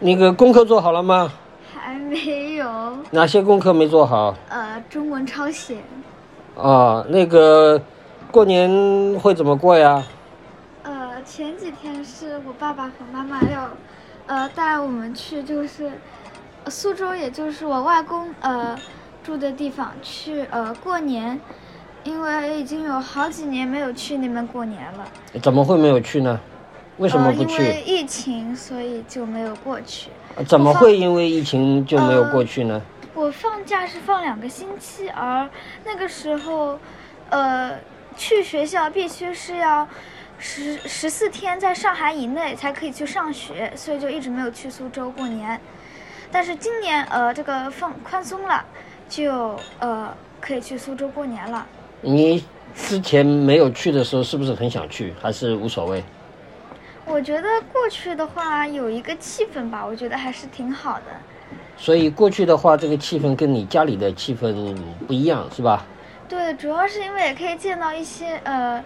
那个功课做好了吗？还没有，哪些功课没做好？呃，中文抄写，啊，那个过年会怎么过呀？呃，前几天是我爸爸和妈妈要，呃，带我们去就是呃苏州，也就是我外公呃住的地方去呃过年，因为已经有好几年没有去那边过年了，怎么会没有去呢？为什么呃，不因去？为疫情，所以就没有过去。啊怎么会因为疫情就没有过去呢？我放假是放两个星期，而那个时候，呃，去学校必须是要十十四天在上海以内才可以去上学，所以就一直没有去苏州过年。但是今年呃，这个放宽松了，就呃可以去苏州过年了。你之前没有去的时候，是不是很想去，还是无所谓？我觉得过去的话有一个气氛吧，我觉得还是挺好的。所以过去的话，这个气氛跟你家里的气氛不一样，是吧？对，主要是因为也可以见到一些呃，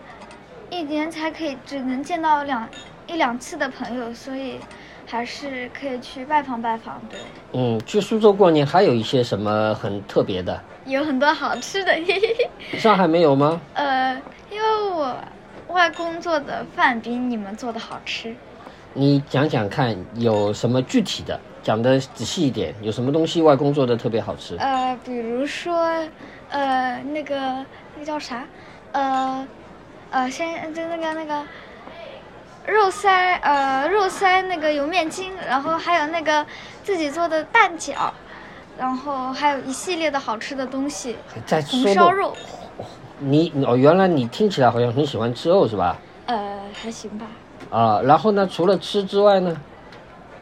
一年才可以只能见到两一两次的朋友，所以还是可以去拜访拜访。对，嗯，去苏州过年还有一些什么很特别的？有很多好吃的， 嘿嘿嘿。上海没有吗？呃，因为我外公做的饭比你们做的好吃。你讲讲看，有什么具体的？讲的仔细一点，有什么东西外公做的特别好吃？呃，比如说，呃，那个那个叫啥？呃，呃，先就那个那个肉塞，呃，肉塞那个油面筋，然后还有那个自己做的蛋饺，然后还有一系列的好吃的东西，在红说烧到肉，你哦，原来你听起来好像很喜欢吃肉是吧？呃，还行吧，啊，然后呢，除了吃之外呢，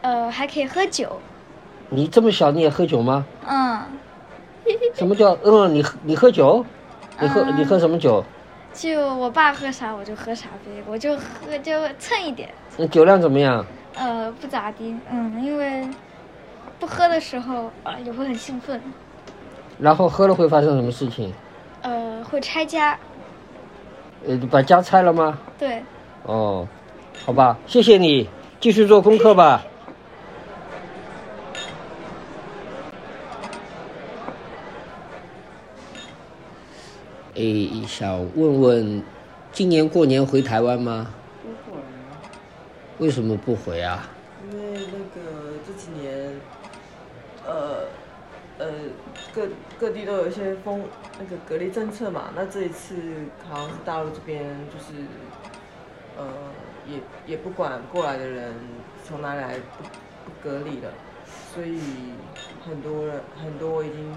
呃，还可以喝酒，你这么小你也喝酒吗？嗯，什么叫嗯？你喝你喝酒？你喝啊你喝什么酒？就我爸喝啥我就喝啥呗，我就喝就蹭一点。那酒量怎么样？呃，不咋地，嗯，因为不喝的时候啊、也会很兴奋，然后喝了会发生什么事情？呃，会拆家，呃，把家拆了吗？对，哦，好吧，谢谢你，继续做功课吧。诶，想问问，今年过年回台湾吗？不会啊，为什么不回啊？因为那个这几年，呃，呃，各各地都有一些封那个隔离政策嘛。那这一次好像是大陆这边就是，呃，也也不管过来的人从哪里来不不隔离了，所以很多人很多已经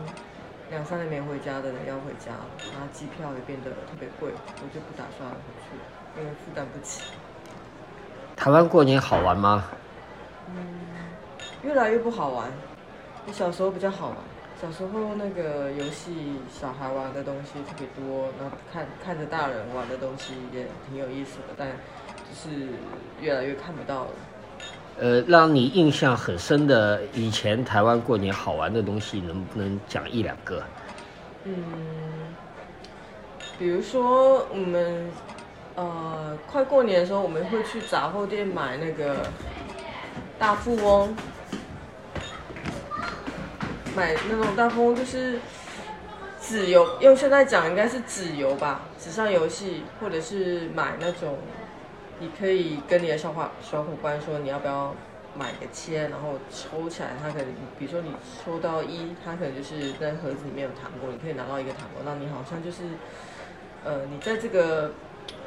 两三年没回家的人要回家了，然后机票也变得特别贵，我就不打算回去，因为负担不起。台湾过年好玩吗？越来越不好玩。你小时候比较好玩，小时候那个游戏，小孩玩的东西特别多，然后看看着大人玩的东西也挺有意思的，但就是越来越看不到了。呃，让你印象很深的以前台湾过年好玩的东西，能不能讲一两个？嗯，比如说我们呃快过年的时候，我们会去杂货店买那个大富翁，买那种大富翁就是纸游，用现在讲应该是纸游吧，纸上游戏，或者是买那种你可以跟你的小伙小伙伴说你要不要买个签，然后抽起来，它可能比如说你抽到一，它可能就是那盒子里面有糖果，你可以拿到一个糖果，那你好像就是，呃，你在这个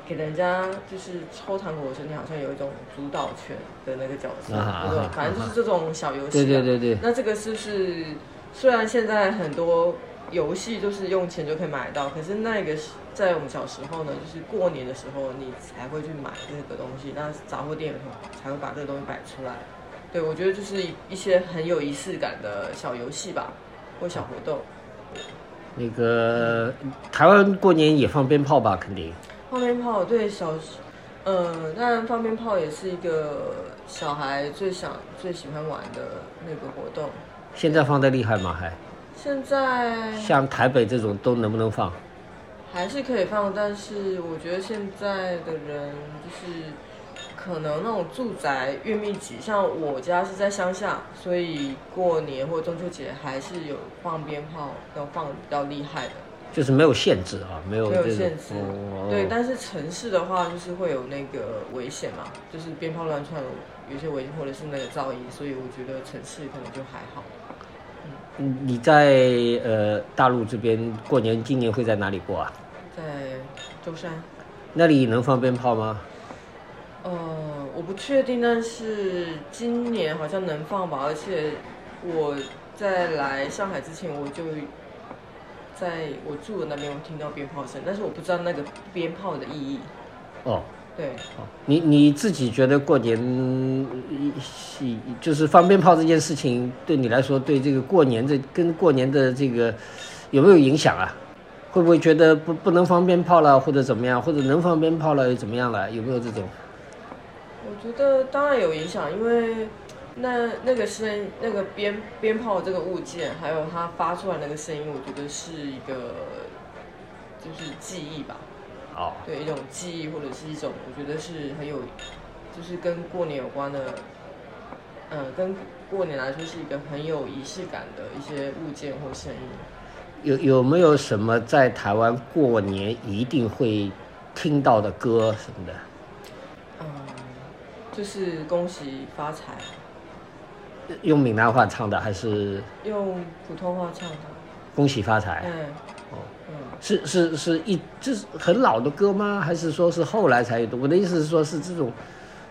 给人家就是抽糖果的时候，你好像有一种主导权的那个角色，啊有一种啊反正就是这种小游戏、对啊 对对对，那这个是不是虽然现在很多游戏就是用钱就可以买到，可是那个是在我们小时候呢，就是过年的时候你才会去买这个东西，那杂货店才会把这个东西摆出来。对，我觉得就是一些很有仪式感的小游戏吧，或小活动。那个台湾过年也放鞭炮吧？肯定。放鞭炮对小，呃，当然放鞭炮也是一个小孩最想最喜欢玩的那个活动。现在放的厉害吗？还现在像台北这种都能不能放？还是可以放，但是我觉得现在的人就是可能那种住宅越密集，像我家是在乡下，所以过年或中秋节还是有放鞭炮，那种放的比较厉害的。就是没有限制啊，没有没这有种限制哦，对，但是城市的话，就是会有那个危险嘛，就是鞭炮乱窜，有些危险或者是那个噪音，所以我觉得城市可能就还好。你在呃大陆这边过年，今年会在哪里过啊？在舟山，那里能放鞭炮吗？呃，我不确定，但是今年好像能放吧，而且我在来上海之前，我就在我住的那边，我听到鞭炮声，但是我不知道那个鞭炮的意义。哦，对，哦你你自己觉得过年嗯喜就是放鞭炮这件事情，对你来说，对这个过年这跟过年的这个有没有影响啊？会不会觉得不不能放鞭炮了，或者怎么样，或者能放鞭炮了又怎么样了？有没有这种？我觉得当然有影响，因为那那个声那个鞭鞭炮这个物件，还有它发出来那个声音，我觉得是一个就是记忆吧，哦，对一种记忆或者是一种，我觉得是很有，就是跟过年有关的，嗯，跟过年来说是一个很有仪式感的一些物件或声音。有有没有什么在台湾过年一定会听到的歌什么的？嗯，就是恭喜发财，用闽南话唱的还是用普通话唱它，恭喜发财？嗯，哦嗯。是是是一这是很老的歌吗？还是说是后来才有的？我的意思是说，是这种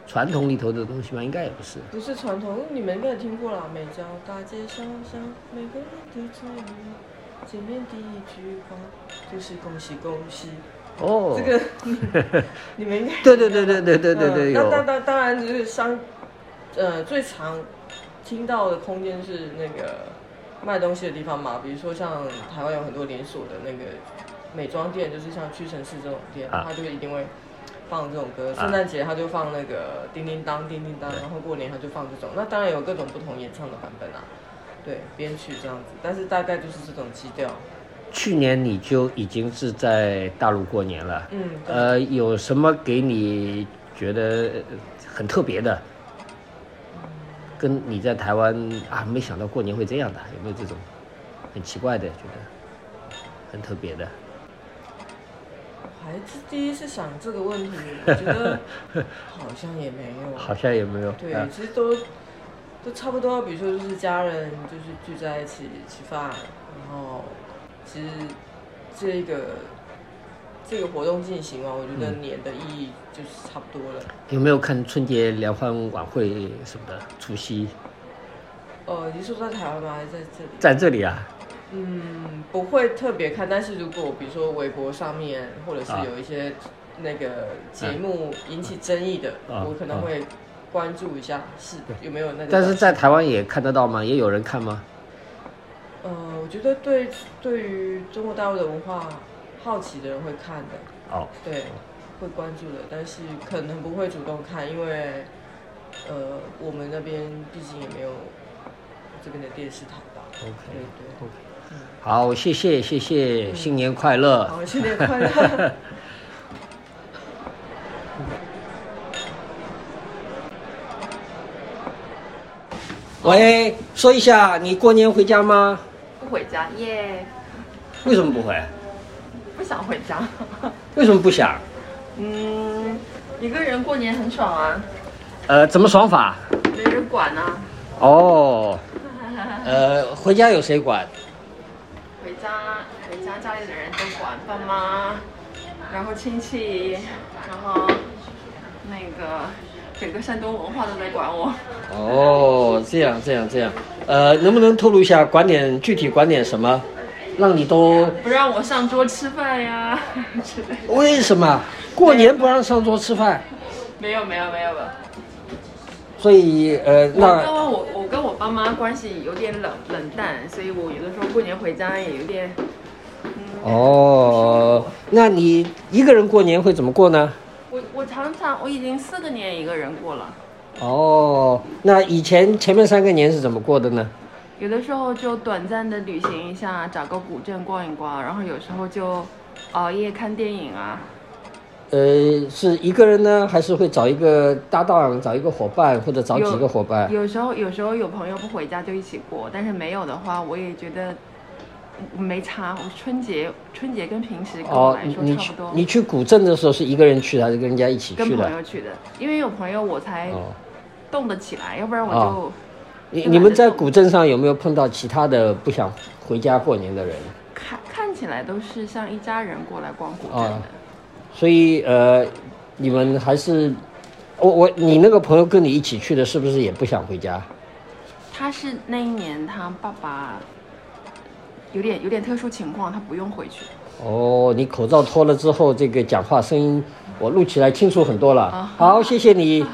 传统里头的东西吗？应该也不是。不是传统，你们应该也听过啦。每条大街小巷，每个人的嘴里，见面第一句话就是恭喜恭喜。哦，这个 你们应该对对对对对对对对，嗯那当有当当然就是商，呃，最常听到的空间是那个卖东西的地方嘛，比如说像台湾有很多连锁的那个美妆店，就是像屈臣氏这种店，啊它就一定会放这种歌。啊圣诞节它就放那个叮叮当叮叮当，然后过年它就放这种。那当然有各种不同演唱的版本啊，对，编曲这样子，但是大概就是这种基调。去年你就已经是在大陆过年了，嗯，对。呃，有什么给你觉得呃很特别的？跟你在台湾啊，没想到过年会这样的，有没有这种很奇怪的，觉得很特别的？我还是第一次想这个问题，我觉得好像也没有。 好像也没有。对，啊其实都都差不多。啊比如说，就是家人就是聚在一起吃饭，然后其实这个这个活动进行完，我觉得年的意义就是差不多了。有没有看春节联欢晚会什么的？除夕呃，你是说在台湾吗？还是在这里？在这里啊？嗯，不会特别看，但是如果比如说微博上面，或者是啊有一些那个节目引起争议的，啊我可能会关注一下，嗯是有没有那个。但是在台湾也看得到吗？也有人看吗？呃，我觉得对对于中国大陆的文化好奇的人会看的，哦，对，会关注的，但是可能不会主动看，因为呃，我们那边毕竟也没有这边的电视台吧。哦 OK 对对，好，谢谢谢谢，新年快乐。好，新年快乐。 喂，说一下，你过年回家吗？不回家耶为什么不回？不想回家。为什么不想？ 嗯，一个人过年很爽啊，呃，怎么爽法？没人管啊。哦，呃，回家有谁管？回家回家家里的人都管，爸妈，然后亲戚，然后那个整个山东文化都在管我。哦，这样这样这样，呃，能不能透露一下，管点具体管点什么，让你都不让我上桌吃饭呀 之类的。为什么过年不让上桌吃饭？没有没有没有没有，所以呃，我跟那我我跟我爸妈关系有点冷冷淡，所以我有的时候过年回家也有点哦，那你一个人过年会怎么过呢？我我常常我已经四个年一个人过了，哦，那以前前面三个年是怎么过的呢？有的时候就短暂的旅行一下，找个古镇逛一逛，然后有时候就熬夜看电影啊，呃，是一个人呢，还是会找一个搭档、找一个伙伴，或者找几个伙伴？有时候有时候有朋友不回家就一起过，但是没有的话，我也觉得嗯没差。我春节春节跟平时跟我哦来，说你差去不多，你去古镇的时候是一个人去的，还是跟人家一起跟去朋的？友去的，因为有朋友我才哦，动得起来，要不然我哦就你就懒你们得在动古镇上有没有碰到其他的不想回家过年的人？看看起来都是像一家人过来逛古镇哦的。所以呃，你们还是我我你那个朋友跟你一起去的，是不是也不想回家？他是那一年他爸爸有点有点特殊情况，他不用回去。哦，你口罩脱了之后，这个讲话声音我录起来清楚很多了。好，谢谢你。